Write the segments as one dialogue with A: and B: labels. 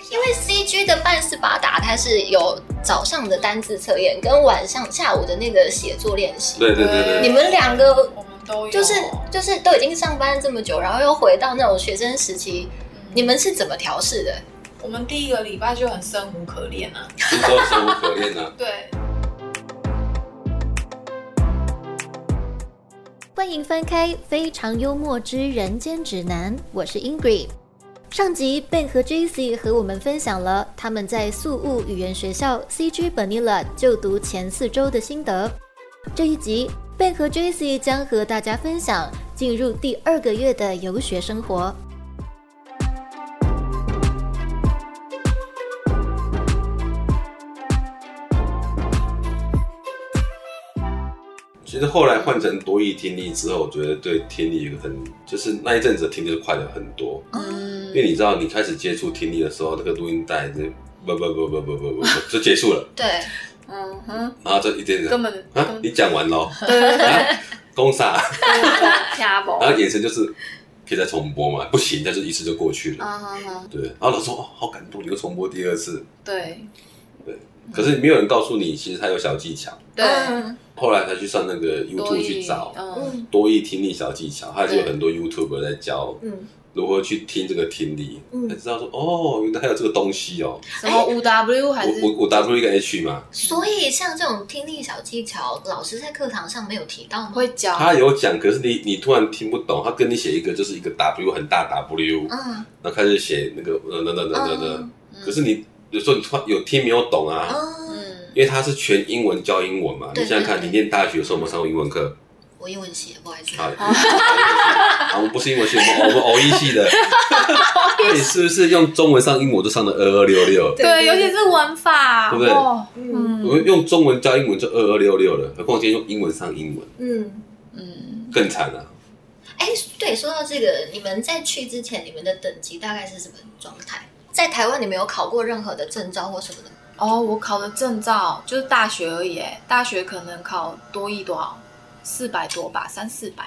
A: C G 的半斯巴达，它是有早上的单字测验跟晚上下午的那个写作练习。
B: 对对对对，
A: 你们两个
C: 我们都有，
A: 就是就是都已经上班这么久，然后又回到那种学生时期，你们是怎么调试的？
C: 嗯我们第一个礼拜就很生无可恋啊。
B: 你都生无可恋啊。
C: 对，
D: 欢迎翻开《非常幽默之人间指南》，我是 Ingrid。上集 Ben 和 Jesse 和我们分享了他们在宿务语言学校 CG Manila 就读前四周的心得。这一集 Ben 和 Jesse 将和大家分享进入第二个月的游学生活。
B: 其实后来换成多义听力之后，我觉得对听力有个很，就是那一阵子听力快了很多，因
A: 嗯，
B: 为你知道你开始接触听力的时候，那个录音带就不不不不不不不就结束了，
A: 对，
C: 嗯哼，
B: 然后就一点点
C: 根本
B: 啊，
C: 根
B: 你讲完啊喽，
C: 对对对，
B: 攻啥？
C: 瞎 包。
B: 然后眼神就是可以再重播嘛，不行，但是一次就过去了。
C: 啊哈哈，
B: 对，然后老师说哦，好感动，你又重播第二次，
C: 对嗯
B: 可是没有人告诉你，其实他有小技巧。
C: 对，
A: 嗯
B: 后来他去上那个 YouTube
C: 多语
B: 去找
C: 嗯，
A: 嗯
B: 多义听力小技巧，他就有很多 YouTuber 在教
A: 嗯，
B: 如何去听这个听力，
A: 嗯
B: 才知道说哦，原来还有这个东西哦。
C: 什么五 W 还
B: 我
C: 是
B: 我我 W 一个 H 嘛，
A: 所以像这种听力小技巧，老师在课堂上没有提到吗？
C: 会教？
B: 他有讲，可是你你突然听不懂，他跟你写一个就是一个 W 很大 W，
A: 嗯
B: 然后开始写那个呃那那那那那，
A: 嗯
C: 嗯
B: 可是你有时候你突然有听没有懂啊，
A: 嗯，
C: 嗯，
B: 因为他是全英文教英文嘛。你
A: 对
B: 想想看，
A: 对
B: 你念大学的时候有没有上过英文课？
A: 我英文系，不好意思，
B: 啊， 啊我们不是英文系，我们我们偶一系的。那你是不是用中文上英文我就上了二二六六？
C: 对，尤其是文法，
B: 对不对
C: 哦
A: 嗯
B: 我
C: 嗯
B: 们用中文教英文就二二六六了，何况今天用英文上英文
A: 嗯。
C: 嗯，
B: 更惨啊！
A: 哎，对，说到这个，你们在去之前，你们的等级大概是什么状态？在台湾，你们有考过任何的证照或什么的吗？
C: 哦，我考的证照就是大学而已，哎，大学可能考多一多少，四百多吧，三四百。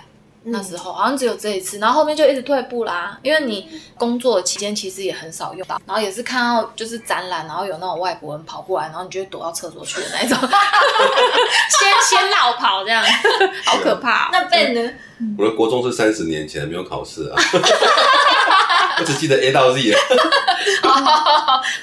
C: 那时候好像只有这一次，然后后面就一直退步啦，因为你工作期间其实也很少用到，然后也是看到就是展览，然后有那种外国人跑过来，然后你就会躲到厕所去的那一 种，先先绕跑这样， 好可怕哦、
A: 嗯那 Ben 呢？
B: 我的国中是三十年前没有考试啊， 我只记得 A 到 Z 啊了，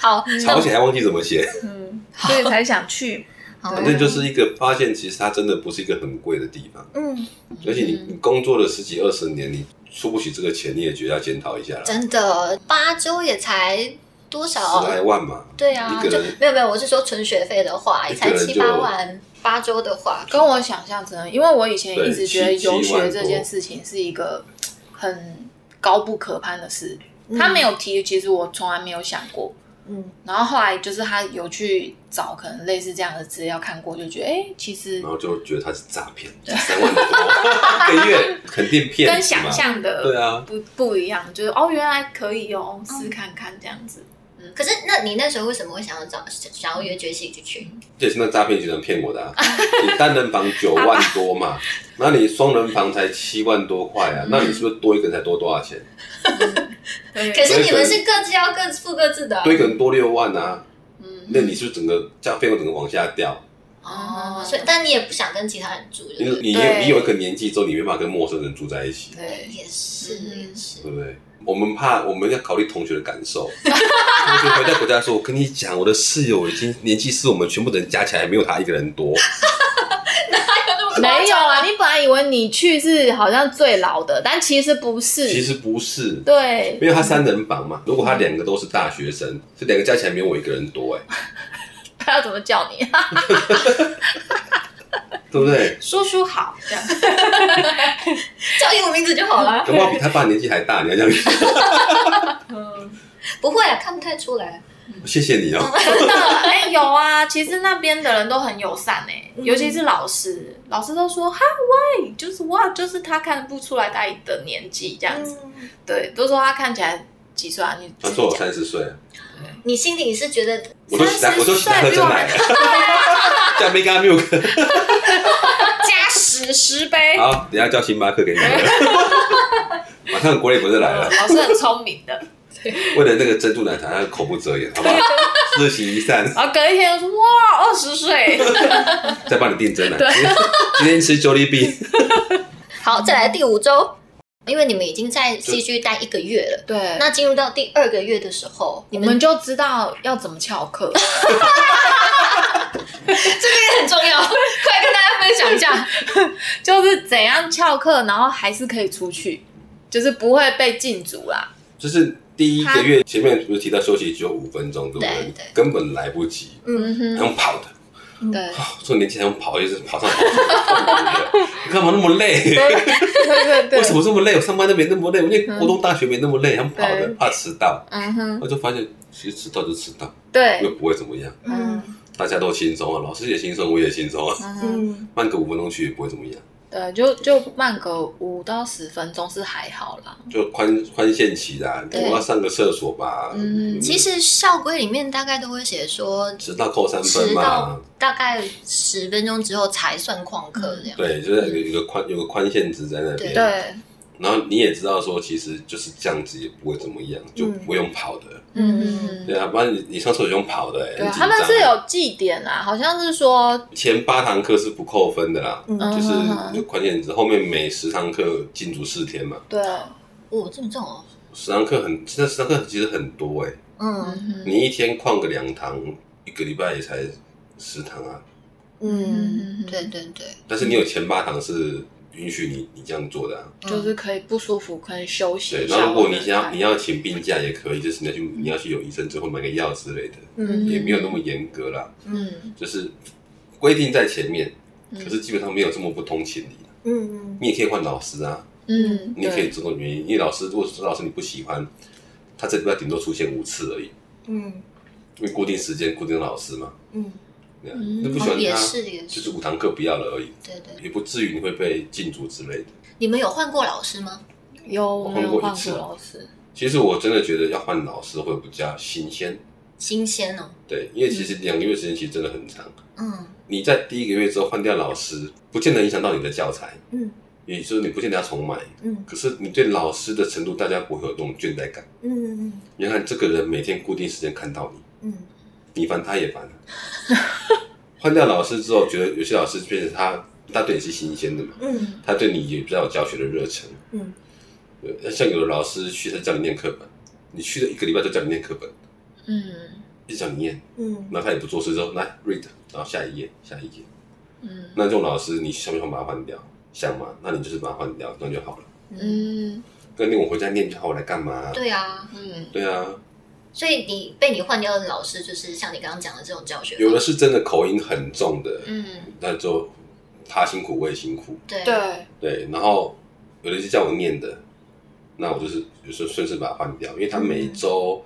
A: 好，
B: 朝鲜还忘记怎么写。
C: 嗯，所以才想去，
A: 好
B: 反正就是一个发现，其实它真的不是一个很贵的地方，
A: 嗯，
B: 而且你你工作了十几二十年，你出不起这个钱，你也觉得要检讨一下了。
A: 真的，哦八周也才多
B: 十来
A: 少？
B: 万嘛，
A: 对啊，
B: 一
A: 就
B: 个人
A: 没有没有，我是说纯学费的话，
B: 一
A: 也
B: 个人
A: 才
B: 就
A: 七八万，八周的话，
C: 跟我想象真的，因为我以前
B: 对
C: 一直觉得
B: 七
C: 游
B: 七万
C: 学
B: 多
C: 这件事情是一个很高不可攀的事，他没有提，其实我从来没有想过，
A: 嗯，
C: 然后后来就是他有去找可能类似这样的资料看过，就觉得哎、诶其实
B: 然后就觉得它是诈骗，三万多一个月，肯定骗子嘛
C: 跟想象
B: 对
C: 的
B: 啊，
C: 不不一样，就是哦原来可以哦，试看看这样子。
A: 可是那你那时候为什么会想要找想要约爵士一起去？
B: 这也是那诈骗集团骗我的啊！你单人房九万多 嘛，那你双人房才七万多块
C: 嗯
B: 啊，那你是不是多一个人才多多少钱？
A: 可
C: 对，
A: 是你们是各自要各自付各自的啊，
B: 多一个人多六万啊，
C: 嗯，
B: 那你是不是整个这样费用整个往下掉？
A: 哦，所以但你也不想跟其他人住，
B: 你
A: 对不对
B: 你
C: 呃对
B: 你有一个年纪之后，你没办法跟陌生人住在一起，
C: 对，
A: 也是
C: 嗯
A: 也是
B: 对，不对？我们怕我们要考虑同学的感受，同学回到国家说：“我跟你讲，我的室友已经年纪是我们全部的人加起来没有他一个人多。
C: 没有啊，你本来以为你去是好像最老的，但其实不”
B: 其实
C: 是，嗯
B: 不是，
C: 对
B: 因为他三人房嘛，如果他两个都是大学生，这两个加起来没有我一个人多哎、
C: 他要怎么叫你
B: 对不对？
C: 叔叔好这样，
A: 叫英文名字就好了。
B: 搞不好比他爸年纪还大，你要这样 讲，
C: 嗯，
A: 不会啊，看不太出来。
B: 谢谢你哦。
C: 真的哎、有啊，其实那边的人都很友善哎、
A: 嗯
C: 尤其是老师，老师都说哈 why 就是哇，就是他看不出来他的年纪这
A: 嗯
C: 样子，对，都说他看起来几岁啊？你
B: 他
C: 自己
B: 说我
C: 讲
B: 三十岁，
A: 你心里是觉得
B: 我都喜欢，我都喜欢喝
C: 30岁比
B: 真
C: 我
B: 奶， 叫 Mega Milk。
C: 加十十杯，
B: 好， 等一下叫星巴克给你喝。马上国内不是来了，
C: 老师很聪明的，
B: 为了那个珍珠奶茶，他口不择言，好不好？热情一散，
E: 然后隔一天就说哇，二 十岁，
B: 再帮你订真奶。今天今天吃 Jollibee，
A: 好，再来第五周，因为你们已经在 CG 待一个月了，
C: 嗯
E: 对，
A: 那进入到第二个月的时候，你
E: 你
A: 们
E: 们就知道要怎么翘课。
A: 这个也很重要，快跟大家 分享一 下。
E: 就是怎样翘课，然后还是可以出去，就是不会被禁足啦。
B: 就是第一个月前面不是提到休息只有五分钟，对不
A: 对
B: 对？你
A: 对
B: 根本来不及，
E: 嗯
B: 还
E: 哼，
B: 用跑的。
E: 对，
B: 说年轻人还用跑，就是跑上跑 下，你干嘛那么累？
E: 对对
B: 为什
E: 对，
B: 么这么累？我上班都没那么累，我念国中、大学没那么累，他们跑的
E: 对
B: 怕迟到，
E: 嗯哼，
B: 我就发现其实迟到就迟到，又
E: 对，
B: 不会怎么样，
E: 嗯
B: 大家都轻松啊，老师也轻松，我也轻松啊，
E: 嗯哼，
A: 嗯，
B: 慢个五分钟去也不会怎么样，
E: 对，呃就就慢个五到十分钟是还好啦。
B: 就宽宽限期啦，
E: 对
B: 我要上个厕所吧，
E: 嗯
A: 其实校规里面大概都会写说，
B: 迟到扣三分
A: 迟
B: 嘛
A: 到，大概十分钟之后才算旷课这样。
B: 对，就是有一个宽有个宽限值在那边，
E: 对，
B: 然后你也知道说，其实就是这样子也不会怎么样，就不用跑的，
E: 嗯
B: 对啊，不然你你上厕所用跑的、欸，
E: 对啊
B: 很，紧
E: 他
B: 张
E: 们是有绩点啦，好像是说，
B: 前八堂课是不扣分的啦，
E: 嗯
B: 就是
E: 哼哼
B: 有关键字，后面每十堂课进足四天嘛，
E: 对，
A: 哦，这么重哦。
B: 十堂课很，那十堂课其实很多哎、
A: 嗯
E: 嗯哼，
B: 你一天旷个两堂，一个礼拜也才十堂啊，
A: 嗯
E: 嗯，
A: 对对对，
B: 但是你有前八堂是允许你你这样做的啊，
E: 就是可以不舒服，可以休息
B: 对，
E: 一
B: 然后
E: 下。
B: 如果你想要你要请病假也可以，就是你要去
E: 嗯
B: 你要去有医生之后买个药之类的，
A: 嗯
B: 也没有那么严格啦，
E: 嗯，
B: 就是规定在前面，
E: 嗯
B: 可是基本上没有这么不通情理。
A: 嗯
B: 你也可以换老师啊，
E: 嗯，
B: 你也可以
E: 对，
B: 种种原因，因为老师如果说老师你不喜欢，他这礼拜顶多出现五次而已，
A: 嗯
B: 因为固定时间固定老师嘛，
A: 嗯，
B: 对啊
E: 嗯
B: 那不喜
A: 哦
B: 欢
A: 也
B: 他
A: 是也
B: 就是
A: 是，
B: 五堂课不要了而已，
A: 对对。
B: 也不至于你会被禁足之类的。
A: 你们有换过老师吗？
E: 有我没有
B: 我
E: 换
B: 换过一次
E: 过老师？
B: 其实我真的觉得要换老师会比较新鲜，
A: 新鲜哦。
B: 对，因为其实两个月时间其实真的很长，
A: 嗯
B: 你在第一个月之后换掉老师，不见得影响到你的教材，
A: 嗯
B: 也就是你不见得要重买，
A: 嗯
B: 可是你对老师的程度，大家不会有那种倦怠感。
A: 嗯
B: 你看这个人每天固定时间看到你。
A: 嗯
B: 你烦他也烦。换掉老师之后，觉得有些老师变成他，他对你是新鲜的嘛，
A: 嗯
B: 他对你也比较有教学的热忱。
A: 嗯
B: 对那像有的老师去，他就叫你念课本，你去了一个礼拜就叫你念课本，
E: 嗯
B: 一直叫你念，
A: 嗯
B: 然后他也不做事，之后来 read，然后下一页，下一页。
E: 嗯
B: 那这种老师，你想不想把他换掉？想嘛，那你就是把他换掉，这样就好了。
A: 嗯，
E: 嗯
B: 跟你我回家念就好，我来干嘛、
A: 对啊。
E: 嗯
B: 对啊，
A: 所以你被你换掉的老师，就是像你刚刚讲的这种教学
B: 有
A: 方
B: 的
A: 式，
B: 是真的口音很重的，
E: 嗯，
B: 那就他辛苦我也辛苦。
A: 对
E: 对，
B: 对，然后有的是叫我念的，那我就是有时候顺势把它换掉，因为他每周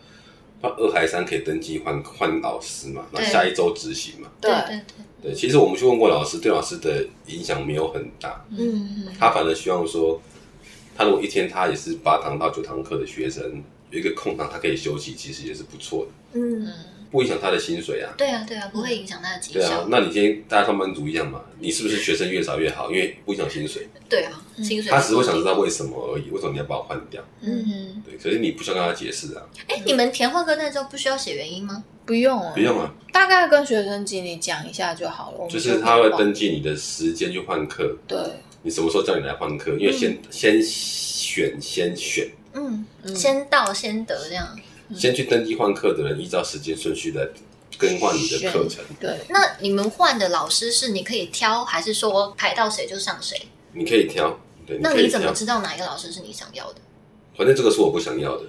B: 他二还三可以登记换换老师嘛，那
A: 对
B: 下一周执行嘛。
A: 对
E: 对
A: 对对，
B: 对，其实我们去问过老师，对老师的影响没有很大，
E: 嗯
B: 他反而希望说，他如果一天他也是八堂到九堂课的学生，有一个空档他可以休息，其实也是不错的，
A: 嗯，
E: 嗯
B: 不影响他的薪水啊。
A: 对啊对啊，不会影响他的绩
B: 对啊
A: 效，，
B: 那你今天大家上班族一样嘛，你是不是学生越少越好？因为不影响薪水，
A: 对啊，薪水
B: 他只会想知道为什么而已，为什么你要把我换掉？
E: 嗯，
B: 对，可是你不需要跟他解释啊，
A: 哎，你们填换歌那时候不需要写原因吗？
E: 不用
B: 不，用啊，
E: 大概跟学生经理讲一下就好了。我们
B: 就是他会
E: 不用
B: 登记你的时间去换课，
E: 对，
B: 你什么时候叫你来换课，因为先、先选先选，
A: 嗯，
E: 嗯
A: 先到先得这样。
B: 先去登记换课的人，依照时间顺序来更换你的课程，
E: 对，
A: 那你们换的老师是你可以挑，还是说排到谁就上谁？
B: 你可以挑，对，
A: 那
B: 可以
A: 你怎么
B: 挑，
A: 知道哪一个老师是你想要的？
B: 反正这个是我不想要的，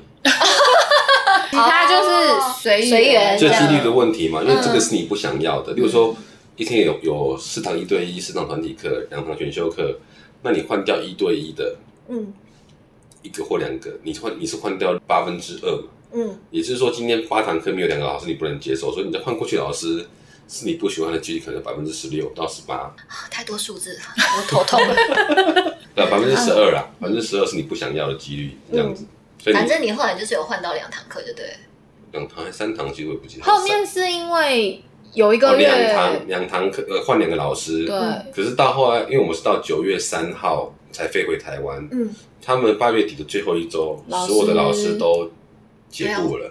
E: 其他
A: 哦
E: 就是随
A: 随缘
B: 就
A: 这样嗯
B: 几率的问题嘛，因为这个是你不想要的，例如说一天有有四堂一对一，四堂团体课，两堂选修课，那你换掉一对一的
A: 嗯
B: 一个或两个，你换你是换掉八分之二嘛。
A: 嗯
B: 也就是说，今天八堂课没有两个老师你不能接受，所以你再换过去老师是你不喜欢的几率可能百分之十六到十八，
A: 啊太多数字了，我头痛了。
B: 对，呃
A: 嗯
B: 百分之十二啦，百分之十二是你不想要的几率这样子。所
A: 嗯
B: 以
A: 反
B: 你
A: 正你后来就是有换到两堂课，就对了。
B: 两堂还三堂，其实我也不记得。
E: 后面是因为有一
B: 哦
E: 个
B: 两堂
E: 月，
B: 两堂课呃换两个老师，
E: 对，
B: 可是到后来，因为我们是到九月三号才飞回台湾，
A: 嗯
B: 他们八月底的最后一周，
E: 老师哦
B: 所有的老师都解雇了，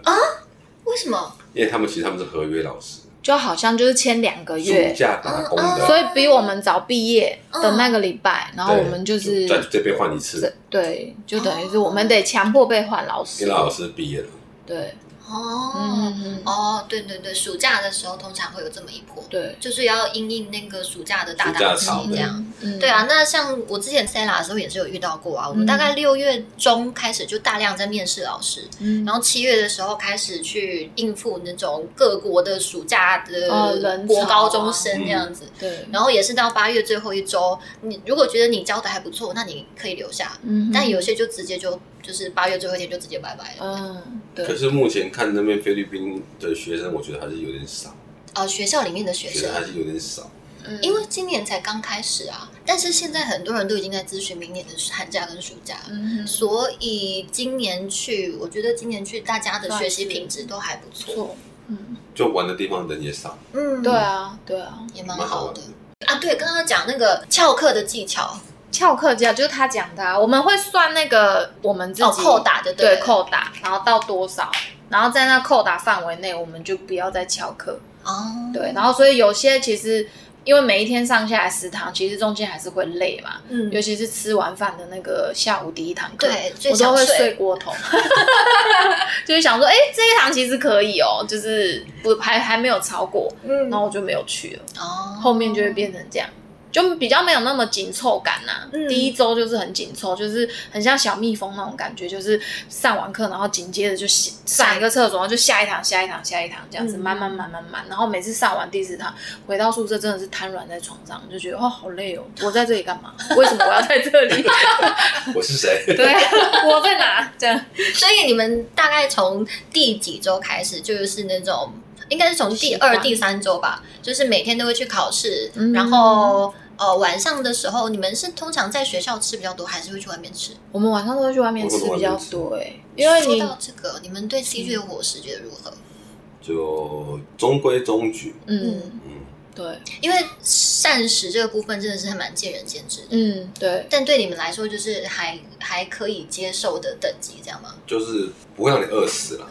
A: 为什么？
B: 因为他们其实他们是合约老师，
E: 就好像就是签两个
B: 暑
E: 月，啊
B: 假打工的，
E: 所以比我们早毕业的那个礼拜，然后
B: 对
E: 我们就是
B: 再再被换一次，
E: 对，就等于是我们得强迫被换老
B: 因
E: 师
B: 为，老师毕业了，
E: 对，
A: 哦、
E: 嗯，
A: 哦，对对对，暑假的时候通常会有这么一波，
E: 对，
A: 就是要因应那个暑假的大打击
B: 暑假潮
A: 这样。
E: 嗯
A: 对，啊，那像我之前 Sela 的时候也是有遇到过啊，我们大概六月中开始就大量在面试老师，
E: 嗯
A: 然后七月的时候开始去应付那种各国的暑假的
E: 哦人潮啊嗯
A: 国高中生这样子。
E: 对，
A: 然后也是到八月最后一周，你如果觉得你教的还不错，那你可以留下。
E: 嗯
A: 但有些就直接就就是八月最后一天就直接拜拜了。
E: 嗯，
B: 可
E: 对，
B: 是目前看那边菲律宾的学生，我觉得还是有点少，
A: 呃，学校里面的学
B: 觉
A: 生，
B: 得还是有点少，
A: 嗯因为今年才刚开始啊，但是现在很多人都已经在咨询明年的寒假跟暑假了。
E: 嗯哼
A: 所以今年去，我觉得今年去大家的学习品质都还不错，
E: 错，嗯，
B: 就玩的地方人也少，
A: 嗯，
E: 对，啊，对啊，
A: 也
B: 蛮
A: 蛮
B: 好
A: 好
B: 玩
A: 的
B: 的。
A: 啊。对，刚刚讲那个翘课的技巧，
E: 翘课这样就是他讲的啊，我们会算那个我们自己
A: 哦，扣打的
E: 对
A: 了
E: 扣打，然后到多少，然后在那扣打范围内，我们就不要再翘课。
A: 哦，
E: 对，，然后所以有些其实因为每一天上下来食堂，其实中间还是会累嘛，
A: 嗯
E: 尤，其是吃完饭的那个下午第一堂课，
A: 对最
E: 我都
A: 想
E: 会
A: 睡
E: 睡过头， 就是想说，哎、这一堂其实可以哦，就是不还还没有超过，
A: 嗯
E: 然后我就没有去了，
A: 哦，
E: 后面就会变成这样。就比较没有那么紧凑感呐、
A: 嗯
E: 第一周就是很紧凑，就是很像小蜜蜂那种感觉，就是上完课，然后紧接着就洗上一个厕所，然后就下一堂、下一堂、下一堂这样
A: 嗯
E: 子，慢慢、慢慢、慢慢，然后每次上完第四堂，回到宿舍真的是瘫软在床上，就觉得哦好 累哦，我在这里干嘛？为什么我要在这里？
B: 我是谁？
E: 对，我在哪？这样
A: 所以你们大概从第几周开始，就是那种应该是从第
E: 习惯
A: 二、第三周吧，就是每天都会去考试，
E: 嗯
A: 然后呃晚上的时候，你们是通常在学校吃比较多，还是会去外面吃？
E: 我们晚上都会去外面吃比较多哎、因为
A: 说
E: 你
A: 到这个，你们对 CG 的伙食觉得如何？
B: 就中规中矩，
E: 嗯
B: 嗯，
E: 对
A: 因为膳食这个部分真的是还蛮见仁见智的，
E: 嗯对
A: 但对你们来说就是还还可以接受的等级，这样吗？
B: 就是不会让你饿死了，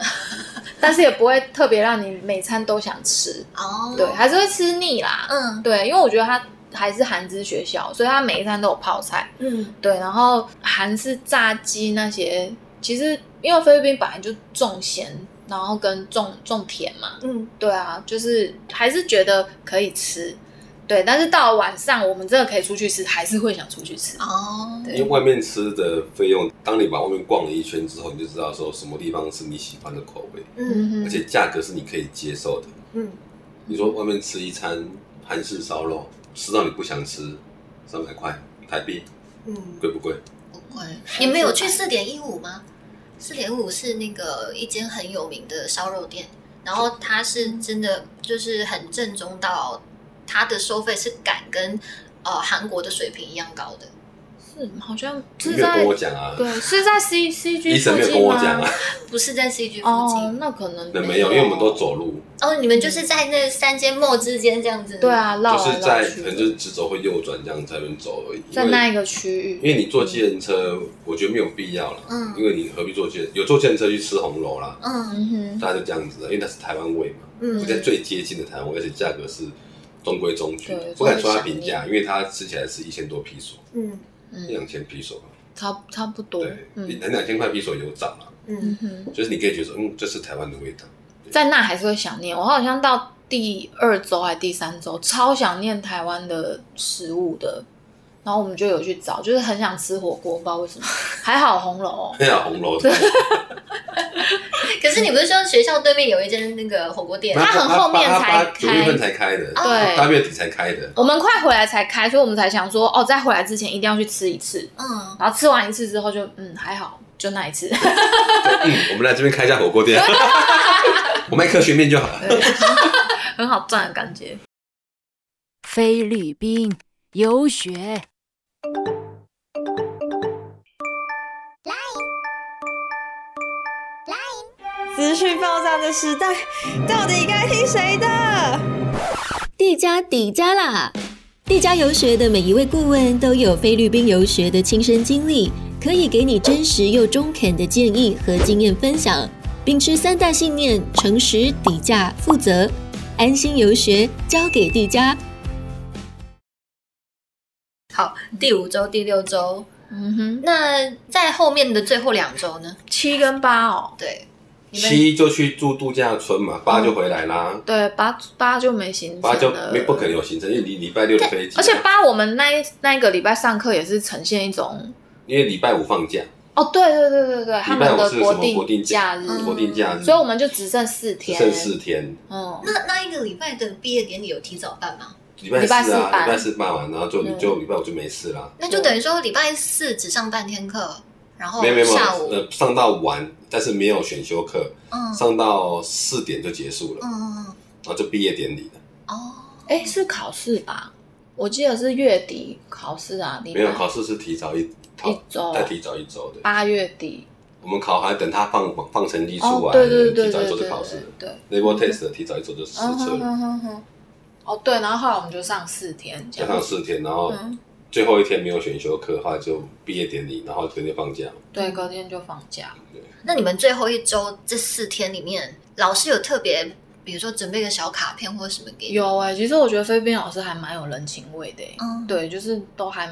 E: 但是也不会特别让你每餐都想吃，
A: 哦，
E: 对，，还是会吃腻啦。
A: 嗯
E: 对，因为我觉得它还是韩资学校，所以它每一餐都有泡菜。
A: 嗯，
E: 对，然后韩式炸鸡那些，其实因为菲律宾本来就重咸，然后跟重重甜嘛。
A: 嗯，
E: 对啊，就是还是觉得可以吃。对，但是到了晚上，我们真的可以出去吃，还是会想出去吃。
A: 哦，
B: 因为外面吃的费用，当你把外面逛了一圈之后，你就知道说什么地方是你喜欢的口味，
A: 嗯
B: 而
E: 哼
B: 且价格是你可以接受的。
A: 嗯，
B: 你说外面吃一餐韩式烧肉，吃到你不想吃，三百块台币
A: 嗯，
B: 贵不贵？
A: 不贵。你们有去四点一五吗？四点一五是那个一间很有名的烧肉店，然后它
E: 嗯
A: 是真的就是很正宗到它的收费是敢跟呃韩国的水平一样高的。
E: 是好像
B: 你
E: 是
B: 没有跟
E: 在
B: 我讲啊，
E: 对是在 C C
B: 医
E: G
B: 生
E: 附
B: 没有跟
E: 近
B: 我
E: 吗？
B: 讲啊，
A: 不是在 CG 附近
E: 哦，那可能
B: 那没
E: 没
B: 有，因为我们都。走路，
A: 哦，你们就是在那三间末之间这样子。
E: 对，啊，绕
B: 就
E: 来
B: 是在
E: 绕
B: 可
E: 去
B: 能
E: 的，
B: 就是直走或右转这样才能走而已。
E: 在
B: 因为
E: 那一个区域。
B: 因为你坐计程车，我觉得没有必要了。
A: 嗯
B: 因为你何必坐计程有坐计程车去吃红楼啦，
A: 嗯
E: 嗯哼，
B: 大家就这样子的，因为它是台湾味嘛，
A: 嗯
B: 我在最接近的台湾味，而且价格是中规中矩
E: 对
B: 的，不敢说它平价，因为它吃起来是一千多披索，
A: 嗯
B: 一两千披索吧，
E: 差差不多
B: 对，，
E: 嗯
B: 两两千块披索有涨啊，
E: 嗯
A: 嗯，
E: 哼，
B: 就是你可以觉得说，嗯，这是台湾的味道，
E: 在那还是会想念。我好像到第二周还第三周，超想念台湾的食物的。然后我们就有去找，就是很想吃火锅，不知道 为什么。还好红楼哦，
B: 哎呀，红楼对，
A: 可是你不是说学校对面有一间那个火锅店？
E: 它很后面
B: 它
E: 才
B: 八
E: 开啊
B: 九月份才开的，
E: 对哦
B: 八月底才开的，
E: 我们快回来才开，所以我们才想说，哦，在回来之前一定要去吃一次。
A: 嗯，
E: 然后吃完一次之后就，嗯，还好，就那一次。
B: 嗯，我们来这边开一家火锅店，我卖科学面就好了。
E: 对很好赚的感觉。
F: 菲律宾游学。
G: 资讯爆炸的时代，到底该听谁的？
H: 地加底加啦！地加游学的每一位顾问都有菲律宾游学的亲身经历，可以给你真实又中肯的建议和经验分享。秉持三大信念：诚实、底价、负责，安心游学，交给地家。
A: 好，第五周、第六周，
E: 嗯哼，
A: 那在后面的最后两周呢？
E: 七跟八哦，
A: 对，你们
B: 七就去住度假村嘛，八就回来啦，
E: 对，八八就没行程
B: 八就
E: 了，
B: 没不可能有行程，因为礼礼拜六的飞机啊，
E: 而且八我们那一那一个礼拜上课也是呈现一种，
B: 因为礼拜五放假，
E: 哦，对对对对对，他
B: 礼
E: 们
B: 拜五
E: 的
B: 是什么国
E: 定
B: 定
E: 假日，嗯
B: 国定假日，
E: 所以我们就只剩四
B: 只
E: 天，
B: 剩四天，
E: 嗯，
A: 那那一个礼拜的毕业典礼有提早办吗？
B: 礼拜
E: 礼拜四
B: 四啊，
E: 办
B: 礼拜四办完，然后就
E: 嗯
B: 就礼拜五就没事啦。
A: 那就等于说礼拜四只上半天课，然后
E: 哦
B: 没有没有，没有
A: 下午，
E: 嗯
B: 呃，上到晚，但是没有选修课，
A: 嗯嗯
B: 上到四点就结束了，
A: 嗯嗯，
B: 然后就毕业典礼了，
A: 哦，
E: 哎，是考试吧？我记得是月底考试啊，礼拜
B: 没有考试是提早一考
E: 一周啊
B: 再提早一周的。
E: 八月底，
B: 我们考还等他放榜放成绩出
E: 哦，
B: 来，
E: 对对对
B: 提
E: 对
B: 早一
E: 对
B: 周就
E: 对
B: 考试了。
E: 对，
B: Level test 的提早一周就实
E: 嗯
B: 测
E: 哼
B: 了，
E: 哼哼哼，哦对，然后后来我们就上四天这
B: 加
E: 样，
B: 上四天，然后
E: 嗯，
B: 最后一天没有选修课的话，就毕业典礼，然后隔天放假。
E: 对，隔天就放假，
A: 那你们最后一周这四天里面，老师有特别，比如说准备个小卡片或者什么给你？，
E: 有哎、其实我觉得菲律宾老师还蛮有人情味的、欸，
A: 嗯
E: 对，就是都还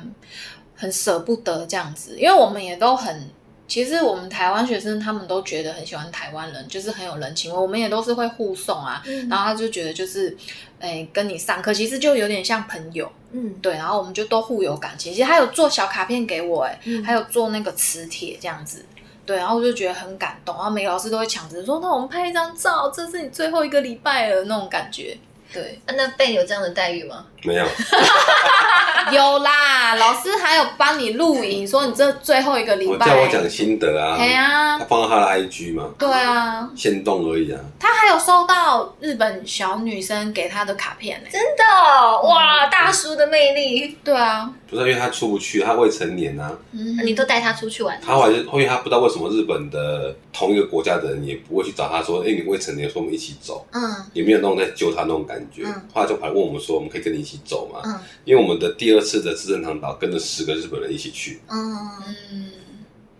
E: 很舍不得这样子，因为我们也都很，其实我们台湾学生他们都觉得很喜欢台湾人，就是很有人情味，我们也都是会护送啊，
A: 嗯
E: 然后他就觉得就是，哎、跟你上课其实就有点像朋友，
A: 嗯，
E: 对，然后我们就都互有感情，其实还有做小卡片给我、哎、
A: 嗯
E: 还有做那个磁铁这样子。对，然后我就觉得很感动，然后每个老师都会抢着说：“那我们拍一张照，这是你最后一个礼拜了。”那种感觉，对，
A: 啊那 Ben 有这样的待遇吗？
B: 没有，
E: 有啦，老师还有帮你录影，说你这最后一个礼
B: 我
E: 拜，
B: 叫我讲心得啊，
E: 哎呀
B: 他，放到他的 IG 嘛，
E: 对啊，
B: 限动而已啊。
E: 他还有收到日本小女生给他的卡片呢、
A: 真的哦，哇，大叔的魅力，
E: 对啊，
B: 不是因为他出不去，他未成年啊。
E: 嗯，
A: 你都带他出去玩，
B: 他后来就，后面他不知道为什么日本的同一个国家的人也不会去找他说，哎、你未成年，说我们一起走，
A: 嗯
B: 也没有那种在揪他那种感觉。
A: 嗯
B: 后来就跑来问我们说，我们可以跟你一起走吗？
A: 嗯
B: 因为我们的第二次的资政堂岛跟着十个日本人一起去，
A: 嗯，
E: 嗯，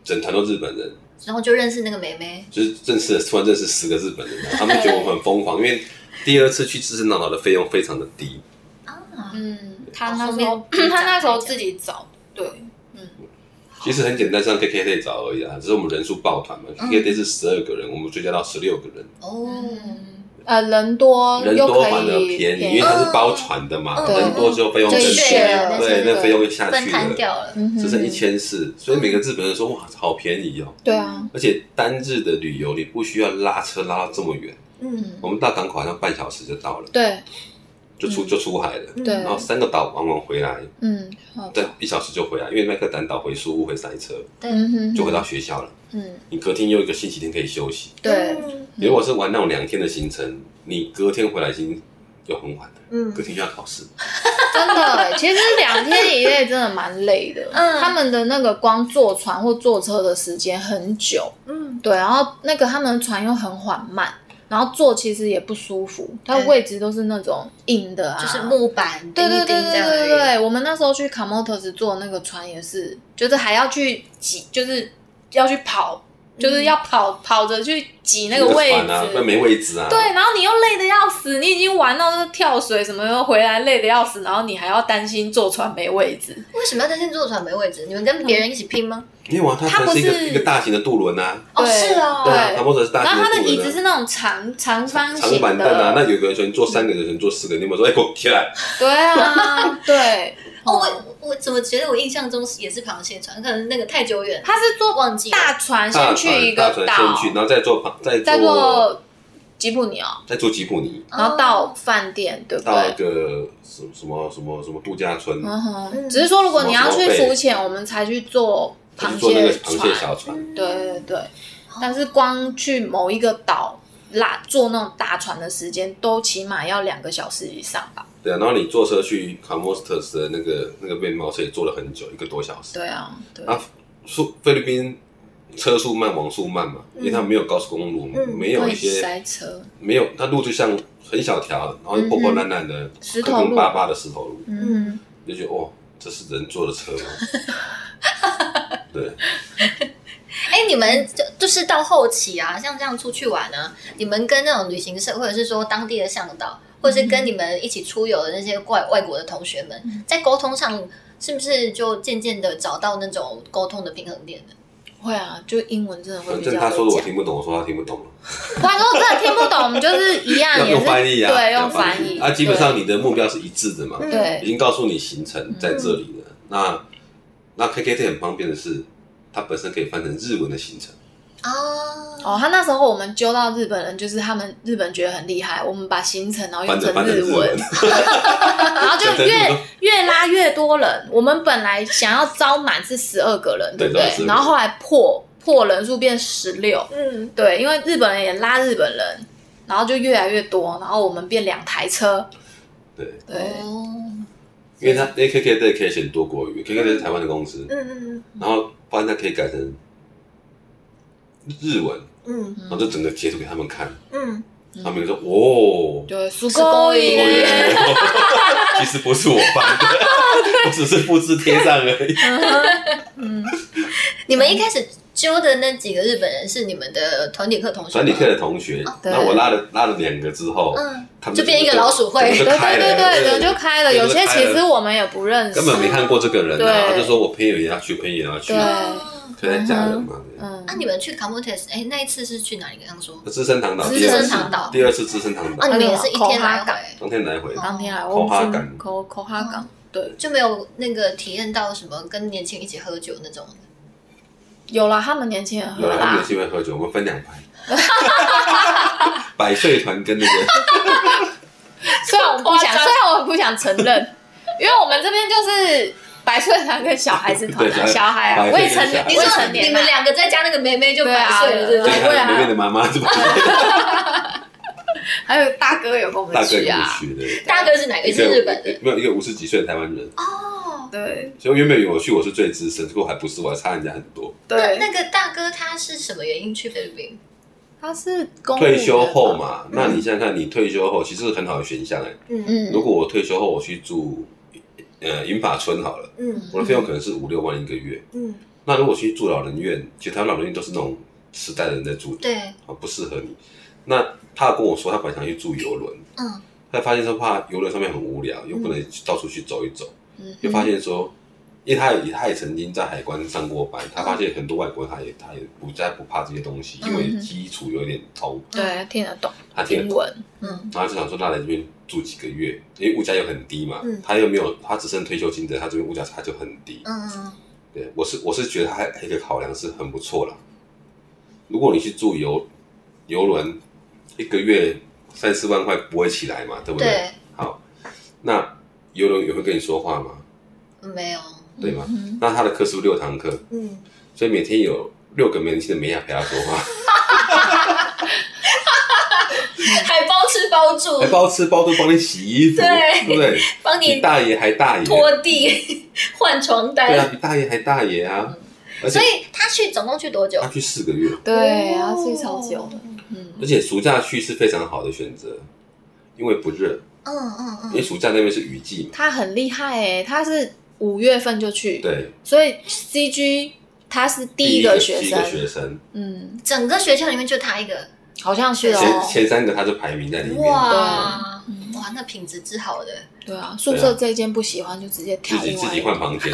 B: 整团都日本人，
A: 然后就认识那个妹妹，
B: 就是认识了，突然认识十个日本人，然后他们觉得我们很疯狂，因为第二次去资政堂岛的费用非常的低，
E: 嗯，他那
A: 后
E: 时
A: 面
E: 候
A: 自己
E: 他那
A: 找
E: 时候
A: 自己
E: 自己找，对，
B: 其实很简单，上 KKday 找而已啊，只是我们人数抱团嘛、
A: 嗯
B: k k day 是十二个人，我们追加到十六个人。
A: 哦，
E: 嗯，呃，人多
B: 人
E: 又
B: 多
E: 可
B: 反而
E: 以
B: 便宜，因为它是包船的嘛，
A: 嗯
B: 人多就费用
E: 就
B: 更
E: 一
B: 低，
E: share 了
B: 对，
E: 对
B: 那费用就下
A: 分
B: 去
A: 摊
B: 了，
A: 掉了，
E: 嗯哼
B: 只剩一，千四，所以每个日本人说哇，好便宜哦。
E: 对啊，
B: 而且单日的旅游，你不需要拉车拉到这么远，
A: 嗯
B: 我们到港口好像半小时就到了，
E: 对
B: 就出
E: 嗯
B: 就出海了。
E: 对
B: 然后三个岛玩完回来，
E: 嗯，好
B: 再一小时就回来，因为麦克丹岛回苏屋会塞车，
E: 嗯哼，
B: 就回到学校了。
E: 嗯，
B: 你隔天又一个星期天可以休息。
E: 对，
A: 嗯
B: 如果是玩那种两天的行程，你隔天回来已经就很晚了，
A: 嗯
B: 隔天就要考试。
E: 真的，其实两天一夜真的蛮累的。
A: 嗯
E: 他们的那个光坐船或坐车的时间很久，
A: 嗯
E: 对，然后那个他们的船又很缓慢，然后坐其实也不舒服，它
A: 对
E: 位置都是那种硬的啊，
A: 就是木板钉
E: 对。
A: 一
E: 对
A: 钉
E: 对对
A: 这
E: 对
A: 样
E: 对
A: 而已，
E: 对，我们那时候去卡莫特斯坐那个船也是，就是还要去挤，就是要去跑，就是要跑、跑着去挤那个位
B: 船
E: 置，
B: 啊，那没位置啊。
E: 对，然后你又累得要死，你已经玩到那个跳水什么的回来累得要死，然后你还要担心坐船没位置。
A: 为什么要担心坐船没位置？你们跟别人一起拼吗？
B: 没有啊，它
E: 它
B: 可
E: 不
B: 能是一
E: 是
B: 个一个大型的渡轮啊，
A: 哦，
E: 对
A: 是哦，
E: 对
B: 啊它或者是大
E: 然
B: 型
E: 后
B: 的
E: 它
B: 渡
E: 的椅
B: 轮
E: 子
B: 啊
E: 是那种长长方
B: 长
E: 形
B: 板凳啊，那
E: 的，
B: 有个人坐三个，有个人坐四个，你有没有说哎，给我起来？
E: 对 啊，对，
A: 哦，
E: 嗯
A: 我我怎么觉得我印象中也是螃蟹船，可能那个太久远，
E: 它是坐
A: 忘记了
E: 大船
B: 大船
E: 先去一
B: 大
E: 个
B: 船
E: 岛，
B: 先去，然后再坐旁，再
E: 再
B: 坐
E: 坐吉普尼哦，
B: 再坐吉普尼
E: 然后
A: 哦
E: 到饭店，对不
B: 到一
E: 对？
B: 个什么什么什么什么度假村，
E: 嗯哼，
A: 嗯
E: 只是说如果你要
B: 什么
E: 去
B: 时候
E: 浮潜，我们才去坐
B: 他
E: 螃
B: 就坐那
E: 蟹
B: 个螃蟹
E: 船。
B: 小船，
E: 对对对，但是光去某一个岛拉坐那种大船的时间，都起码要两个小时以上吧？
B: 对啊，然后你坐车去 c o m o s t e s 的那个那个面包车也坐了很久，一个多小时。
E: 对啊，对，
B: 啊，苏菲律宾车速慢，网速慢嘛，
E: 嗯
B: 因为它没有高速公路嘛，
A: 嗯
B: 没有
E: 会
B: 一些
E: 塞车，
B: 没有，它路就像很小条，然后又破破烂烂的，
E: 嗯
B: 嗯
E: 石头
B: 坑坑
E: 路
B: 巴巴的石头路，
E: 嗯，
B: 你就觉得哦，这 是人坐的车吗？对，
A: 哎，你们就就是到后期啊，像这样出去玩啊，你们跟那种旅行社，或者是说当地的向导，或者是跟你们一起出游的那些外外国的同学们，在沟通上是不是就渐渐的找到那种沟通的平衡点呢？
E: 会啊，就英文真的会
B: 反
E: 比较
B: 正他说
E: 好
B: 的我
E: 讲。
B: 听不懂，我说他听不懂了，
E: 他如果真的听不懂，我们就是一样
B: 要
E: 也
B: 用
E: 是
B: 翻译啊，
E: 对，
B: 要
E: 用翻译
B: 啊，基本上你的目标是一致的嘛，
A: 嗯
E: 对嗯
B: 已
E: 对
B: 经告诉你行程在这里了。那那 KKT 很方便的是，它本身可以翻成日文的行程，
A: 啊，
E: 哦，他那时候我们揪到日本人，就是他们日本觉得很厉害，我们把行程然后用
B: 翻成翻成
E: 哦日
B: 日文，
E: 然后就
B: 对对
E: 越
B: 对
E: 越拉越多人。我们本来想要招满是十二个人，对
B: 对
E: 不
B: 招满
E: 对？
B: 12
E: 然后后来破破人数变十六，
A: 嗯，
E: 对，因为日本人也拉日本人，然后就越来越多，然后我们变两台车，
B: 对，
E: 对，
A: 哦，
B: 因为它因为 KKT 可以选多国语，KKT 是台湾的公司，
A: 嗯嗯
B: 然后不然它可以改成日文，
A: 嗯
B: 然后就整个截图给他们看，
A: 嗯
B: 他们就说哦。
E: 对，苏
A: 是勾
E: 勾
A: 引
B: 哦
E: 耶，
B: 原来 其实不是我 翻的，我只是复制贴上而已。
A: 你们一开始揪的那几个日本人是你们的团体课同学吗？
B: 转理课的同学，
E: 对
B: 那我拉了拉了两个之后，
A: 哦嗯，
B: 他们
A: 就变一个
B: 整
A: 老鼠会
B: 整
E: 对
B: 个
E: 对
B: 就开了
E: 对对，人就开了。
B: 对
E: 有
B: 就
E: 些
B: 开
E: 其
B: 了
E: 实我们也不认识，
B: 根本没看过这个人啊，
E: 对
B: 他就说我朋友也要去，朋友也要去
E: 对，
A: 哦
B: 可能家人嘛。对
E: 嗯
A: 那，你们去 Commutes，哎，那一次是去哪里？刚刚说
B: 资生堂岛
E: 资
B: 第二
A: 深
E: 生
B: 次，
A: 长岛，
B: 第二次资生堂岛
A: 啊，你们也是一天来
E: 口哈
A: 回
E: 港，
B: 当天来回，
E: 当天来
B: 口
E: 我
B: 哈
E: 们
B: 港
E: 去口口哈
A: 哦
E: 港，对，
A: 就没有那个体验到什么跟年轻人一起喝酒那种。
E: 有啦，他们年轻人喝
B: 有了他们
E: 啦
B: 有，机会喝酒，我们分两排， 百岁团跟那个
E: 虽然我们不想，虽然我们不想承认，因为我们这边就是百岁团跟小孩子团啊，
B: 对
E: 小孩
B: 百
E: 啊，
B: 岁
E: 未
B: 跟
E: 成
B: 小孩
E: 未成年啊，
A: 两个再加那个梅梅就
E: 对啊
A: 对不
B: 就是
A: 对
E: 对啊
B: 他妹妹的妈妈，是吧？
E: 还有大哥有跟我
B: 大
E: 们
B: 哥
E: 去
B: 也
E: 啊
B: 会，去的。
A: 大哥是哪个？
B: 一
A: 是
B: 个
A: 日本的
B: 没有一个五十几岁的台湾人，
A: 哦。
E: 对
B: 所以原本以为我去我是最资深，结果还不是，我还差人家很多。
A: 那
E: 对，
A: 那个大哥他是什么原因去菲律宾？
E: 他是公务员
B: 退休后
A: 哦
B: 嘛，
E: 吧，
B: 那你想想看，你退休后其实是很好的选项哎。
A: 啊嗯
E: 嗯
B: 如，果我退休后我去住呃银发村好了，
A: 嗯
B: 我的费用可能是五六万一个月。
A: 嗯，
B: 那如果去住老人院，其实他老人院都是那种时代人在住的，
A: 对，
B: 啊不适合你。那他有跟我说，他本来想去住游轮，
A: 嗯，
B: 他发现说怕游轮上面很无聊，又不能到处去走一走，
E: 嗯
B: 就发现说，因为他也他也曾经在海关上过班，他发现很多外国人他也他也不再不怕这些东西，因为
E: 嗯
B: 基础有点通，
E: 对听得懂
B: 他听得
E: 英
B: 懂。
E: 文，
A: 嗯
B: 然后就想说，那来这边住几个月，因为物价又很低嘛，
A: 嗯
B: 他又没有，他只剩退休金的，他这边物价差就很低。
A: 嗯
B: 对我是我是觉得他还还有一个考量是很不错啦。如果你去住游游轮，一个月三四万块不会起来嘛，对不对？
A: 对
B: 好，那游轮也会跟你说话嘛，
A: 嗯，没有，
B: 对吗？
E: 嗯
B: 那他的课是不是六堂课？
A: 嗯，
B: 所以每天有六个年轻的美亚陪他说话，
A: 还包吃包
E: 哦
A: 住
B: 还哎包吃包住，帮你洗衣服，
A: 对
B: 对不对？
A: 帮
B: 比大爷还大爷，对
A: 地、换床
B: 啊，。比大爷还大爷啊！而且
A: 所以他去总共去多久
B: 他？去四个月，
E: 对，
A: 哦
E: 然后去超久的，嗯
B: 而且暑假去是非常好的选择，因为不热，
A: 嗯嗯
B: 因为暑假那边是雨季嘛。
E: 他很厉害哎、他是五月份就去，，
B: 对，
E: 所以 CG 他是第一个学
B: 第一
E: 生
B: 个，学生，
E: 嗯，
A: 整个学校里面就他一个，
E: 好像是
B: 前
E: 哦，
B: 前三个他就排名在里面，
A: 哇
E: 对
A: 哇，那品质之好的，
E: 对啊，宿舍这一间不喜欢就直接
B: 自
E: 跳
B: 己
E: 另
B: 自
E: 外
B: 己
E: 一间，
B: 换房间，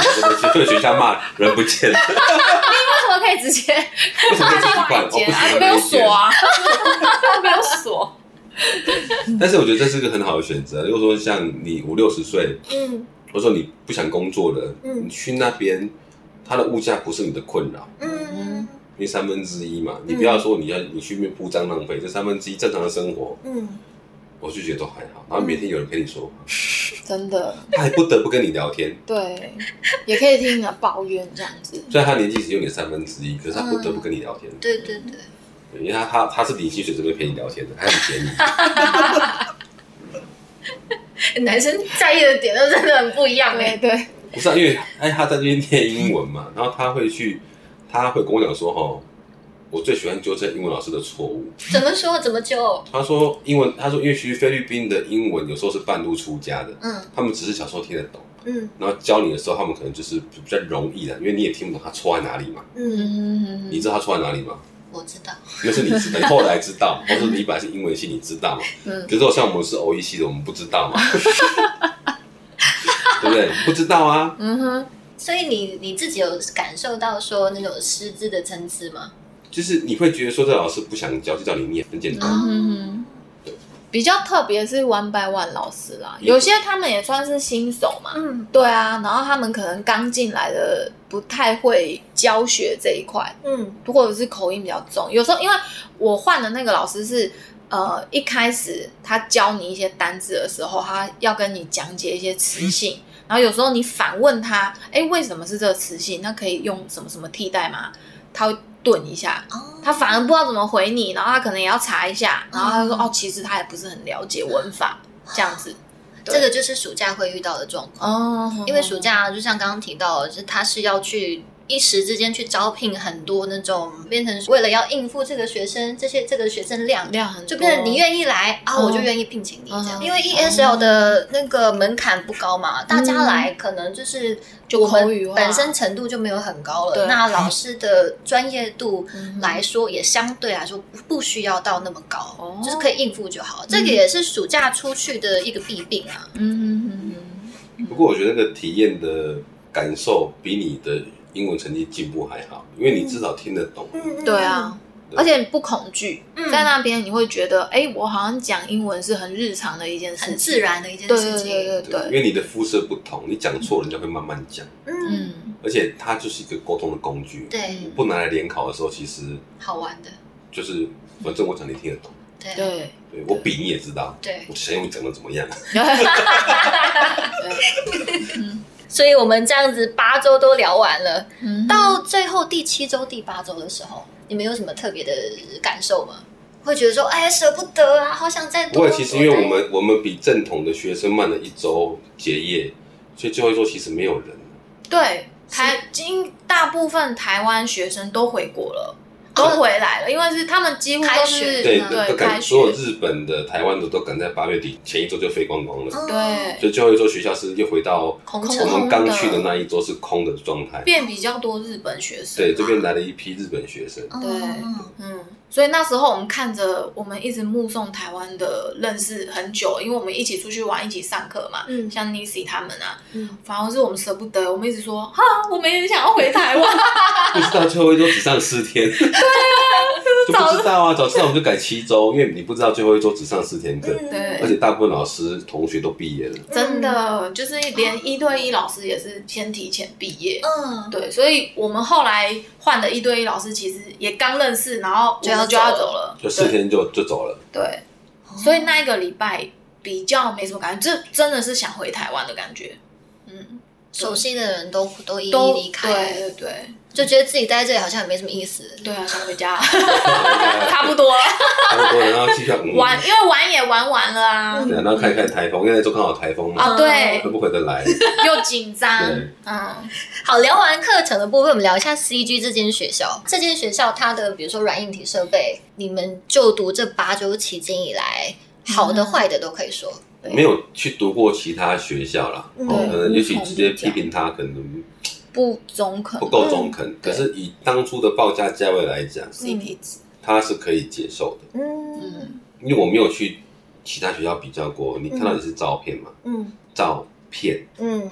B: 去学校骂人不见了，
E: 为什么可以直 接
B: 为什么自己换？哦 我不喜
E: 啊
B: 欢
E: 没有
B: 那一间
E: 锁 啊，没有锁，
B: 但是我觉得这是个很好的选择。如果说像你五六十岁，
A: 嗯
B: 或者说你不想工作了，
A: 嗯
B: 你去那边，它的物价不是你的困扰。
A: 嗯
B: 因为三分之一
E: 嗯
B: 嘛，你不要说你要你去面铺张浪费，这三分之一正常的生活，
A: 嗯
B: 我就觉得都还好。然后每天有人陪你说话，
E: 嗯真的，
B: 他还不得不跟你聊天，
E: 对， 也可以听人抱怨这样子，
B: 虽然他年纪只有你的三分之一，可是他不得不跟你聊天，
A: 对对对，
B: 因为他他他是领薪水这边陪你 聊天的，还很便宜。
A: 男生在意的点都真的很不一样
E: 对
A: 哎。
E: 对，
B: 不是、啊，因为哎，他在那边念英文 嘛，然后他会去，他会跟我讲说，哦，我最喜欢纠正英文老师的错误。
A: 怎么说？怎么就？
B: 他说英文，他说因为其实菲律宾的英文有时候是半路出家的，
A: 嗯
B: 他们只是小时候听得懂，
A: 嗯
B: 然后教你的时候，他们可能就是比较容易的，因为你也听不懂他错在哪里嘛。
A: 嗯
E: 嗯，
B: 你知道他错在哪里吗？
A: 我知道，
B: 那是你知道，你后来知道，或者你本来是英文系，你知道嘛？
E: 嗯
B: 可是我像我们是欧一系的，我们不知道嘛， 对不对？不知道啊，
E: 嗯哼，
A: 所以你你自己有感受到说那种师资的参差吗？
B: 就是你会觉得说这老师不想教，就叫你念，很简单。
E: 嗯哼哼。比较特别是 One by One 老师啦，
B: 嗯
E: 有些他们也算是新手嘛，
A: 嗯
E: 对啊，然后他们可能刚进来的，不太会教学这一块，
A: 嗯
E: 或者是口音比较重。有时候因为我换的那个老师是，呃，一开始他教你一些单字的时候，他要跟你讲解一些词性，然后有时候你反问他，哎，为什么是这个词性？那可以用什么什么替代吗？他会顿一下，
A: 哦，嗯
E: 他反而不知道怎么回你，然后他可能也要查一下，然后他就说，哦，其实他也不是很了解文法这样子。对
A: 这个就是暑假会遇到的状况，
E: 哦，
A: 因为暑假就像刚刚提到的，就是他是要去。一时之间去招聘很多那种，变成为了要应付这个学生，这些这个学生量，
E: 量很多
A: 就变成你愿意来啊，
E: 嗯
A: 我就愿意聘请你这样，
E: 嗯
A: 因为 ESL 的那个门槛不高嘛，大家来可能就是
E: 就
A: 我
E: 口语
A: 们
E: 化
A: 本身程度就没有很高
E: 对
A: 了，那老师的专业度
E: 嗯哼
A: 来说也相对来说不不需要到那么高，
E: 哦
A: 就是可以应付就好。这个也是暑假出去的一个弊病啊。
E: 嗯嗯
B: 不过我觉得那个体验的感受比你的英文成绩进步还好，因为你至少听得懂。
E: 嗯，对啊，。而且你不恐惧，
A: 嗯
E: 在那边你会觉得，哎、我好像讲英文是很日常的一件事情，
A: 很自然的一件
E: 对。
A: 事
E: 对
A: 情，
E: 对对对
B: 因
E: 对，
B: 为你的肤色不同，你讲错，人家会慢慢讲，
A: 嗯，
E: 嗯，
B: 而且它就是一个沟通的工具。
A: 对，
B: 不拿来联考的时候，其实
A: 好玩的，
B: 就是反正我讲你听得懂，
A: 对
E: 对，
B: 对我比你也知道，
A: 对
B: 我想用讲的怎 么样，
A: 所以我们这样子八周都聊完了，
E: 嗯
A: 到最后第七周、第八周的时候，你们有什么特别的感受吗？会觉得说，哎呀，舍不得啊，好想再
B: 不
A: 多。
B: 过其实因为我们我们比正统的学生慢了一周结业，所以最后一周其实没有人。
E: 对台今大部分台湾学生都回国了，都回来了，因为是他们几乎都
A: 哦
E: 是
A: 开学
B: 对，
A: 嗯
B: 都
E: 开
B: 赶所有
E: 学，
B: 日本的、台湾的都赶在八月底前一周就飞光光
A: 嗯
B: 了，
E: 对，
B: 所以最后一周学校是又回到
A: 空
E: 空
B: 我
A: 城
B: 们刚去
E: 空
B: 的
E: 的
B: 那一周是空的状态。
E: 变比较多日本学生，
B: 对，这边来了一批日本学生，
E: 对
A: 嗯
E: 嗯，所以那时候我们看着，我们一直目送台湾的认识很久，因为我们一起出去玩，一起上课嘛，
A: 嗯
E: 像 Nisi 他们啊，
A: 嗯
E: 反而是我们舍不得，我们一直说哈，我们也想要回台湾，
B: 不知道最后一周只上四天， 就不知道啊，早知道我们就改七周，因为你不知道最后一周只上四天
A: 嗯
B: 课，
E: 对
B: 而且大部分老师同学都毕业了，
E: 真的就是连一对一老师也是先提前毕业。
A: 嗯，
E: 对，所以我们后来换的一对一老师其实也刚认识，然后我们就要
A: 就要走
E: 走了，
B: 就四天就就走了。
E: 对。对，所以那一个礼拜比较没什么感觉，这真的是想回台湾的感觉。嗯，
A: 熟悉的人都都一一
E: 都
A: 离开，
E: 对对对
A: 就觉得自己待在这里好像也没什么意思。
E: 对啊，想回 家，差不多了
B: 差不多，然后机票嗯，
E: 玩，因为玩也玩完了啊，
B: 对啊，然后看一看台风，因为那时候刚好台风嘛，
E: 啊对
B: 都，不回得来。
E: 又紧张
B: 对，
E: 嗯，
A: 好，聊完课程的部分，我们聊一下 CG 这间学校。这间学校它的比如说软硬体设备，你们就读这八周期间以来，好的坏的都可以说。
B: 没有去读过其他学校啦，
A: 嗯
B: 哦，可能
E: 对
B: 也许直接批评他可能
E: 不中肯
B: 不够中肯，可
E: 嗯对嗯
B: 是以当初的报价价位来讲，
E: ，CP 值，
B: 他是可以接受的。
A: 嗯
E: 嗯，
B: 因为我没有去其他学校比较过，你看到你是照片嘛？
A: 嗯
B: 照片，
A: 嗯，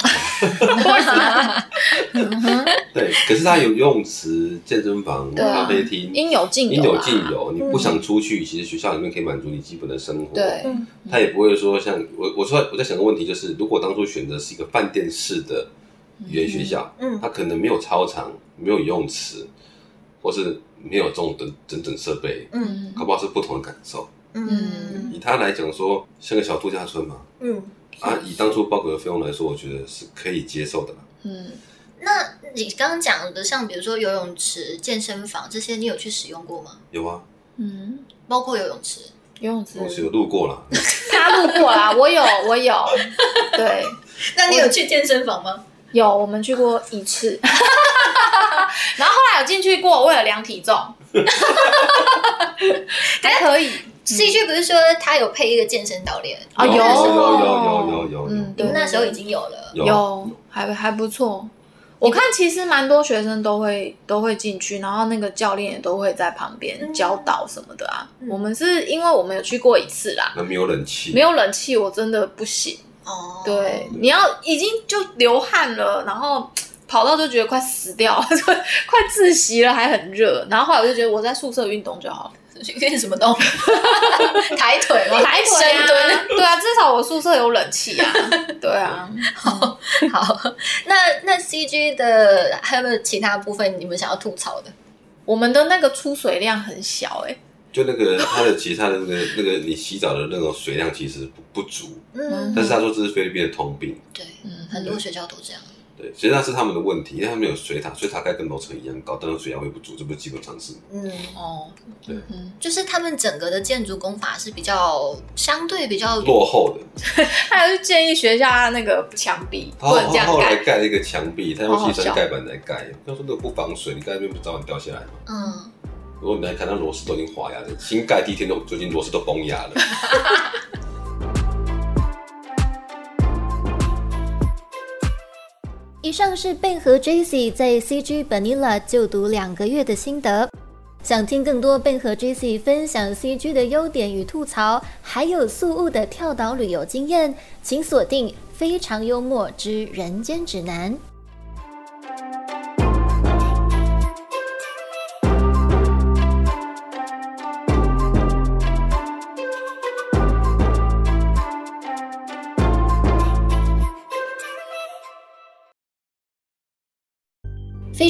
B: 对。可是它有游泳池、健身房、
E: 对啊
B: 咖啡厅，
E: 应有尽
B: 应有
E: 有啦，嗯
B: 尽有。你不想出去，其实学校里面可以满足你基本的生活。
E: 对，
B: 他也不会说像我，我说我在想个问题，就是如果当初选择是一个饭店式的语言学校，
A: 嗯
B: 它可能没有操场，没有游泳池，或是没有这种等整整设备，
E: 嗯
B: 搞不好是不同的感受。
A: 嗯
B: 以他来讲说，像个小度假村嘛，
A: 嗯，
B: 啊，以当初报给的费用来说，我觉得是可以接受的啦。
E: 嗯，
A: 那你刚刚讲的，像比如说游泳池、健身房这些，你有去使用过吗？
B: 有啊，
E: 嗯，
A: 包括游泳池，
E: 游泳
B: 嗯我是有
E: 池，
B: 路过啦，
E: 他路过啦，我有，我有，对，
A: 那你有去健身房吗？
E: 有，我们去过 一次，然后后来有进去过，为了量体重， 还可以，
A: C 区不是说他有配一个健身教练，
E: 啊
B: 有
E: 有
B: 有有有有有有
E: 嗯，
A: 你
E: 对，
A: 们那时候已经有了。
B: 有
E: 有，还还不错。我看其实蛮多学生都会都会进去，然后那个教练也都会在旁
B: 嗯
E: 边教导什么的啊。
A: 嗯
E: 我们是因为我们有去过一次啦，
B: 那没有冷气，
E: 没有冷气我真的不行。
A: 哦，
E: 对，你要已经就流汗了，然后跑到就觉得快死掉了， 就快窒息了，还很热。然后后来我就觉得我在宿舍运动就好了。
A: 运什么 动？抬腿吗？
E: 抬腿
A: 深
E: 啊
A: 蹲。，
E: 对啊，至少我宿舍有冷气 啊，对啊，
A: 好，那那 CG 的还有没有其他部分你们想要吐槽的？
E: 我们的那个出水量很小哎、
B: 就那个他的其他的那个那个你洗澡的那种水量其实不不足，
A: 嗯，
B: 但是他说这是菲律宾的通病，
A: 对，
E: 嗯，
A: 很多学校都这样。
B: 对，其实那是他们的问题，因为他们有水塔，水塔盖跟楼层一样高，但是水量会不足，这不是基本常识吗。
A: 嗯，
E: 哦，
B: 对
E: 嗯，
A: 就是他们整个的建筑工法是比较相对比较
B: 落后的，
E: 还有建议学校那个墙壁
B: 他
E: 不能
B: 后
E: 这
B: 他
E: 样
B: 后来
E: 盖，
B: 盖了一个墙壁，他用
E: 好好
B: 西
E: 笑
B: 山盖板来盖，他说那个不防水，你盖那边不早晚掉下来吗？
A: 嗯，
B: 如果你来看，那螺丝都已经滑牙了，新盖第一天就最近螺丝都崩牙了。
C: 以上是贝和 Jesse 在 CG Manila 就读两个月的心得。想听更多贝和 Jesse 分享 CG 的优点与吐槽，还有宿雾的跳岛旅游经验，请锁定《非常幽默之人间指南》。
H: 非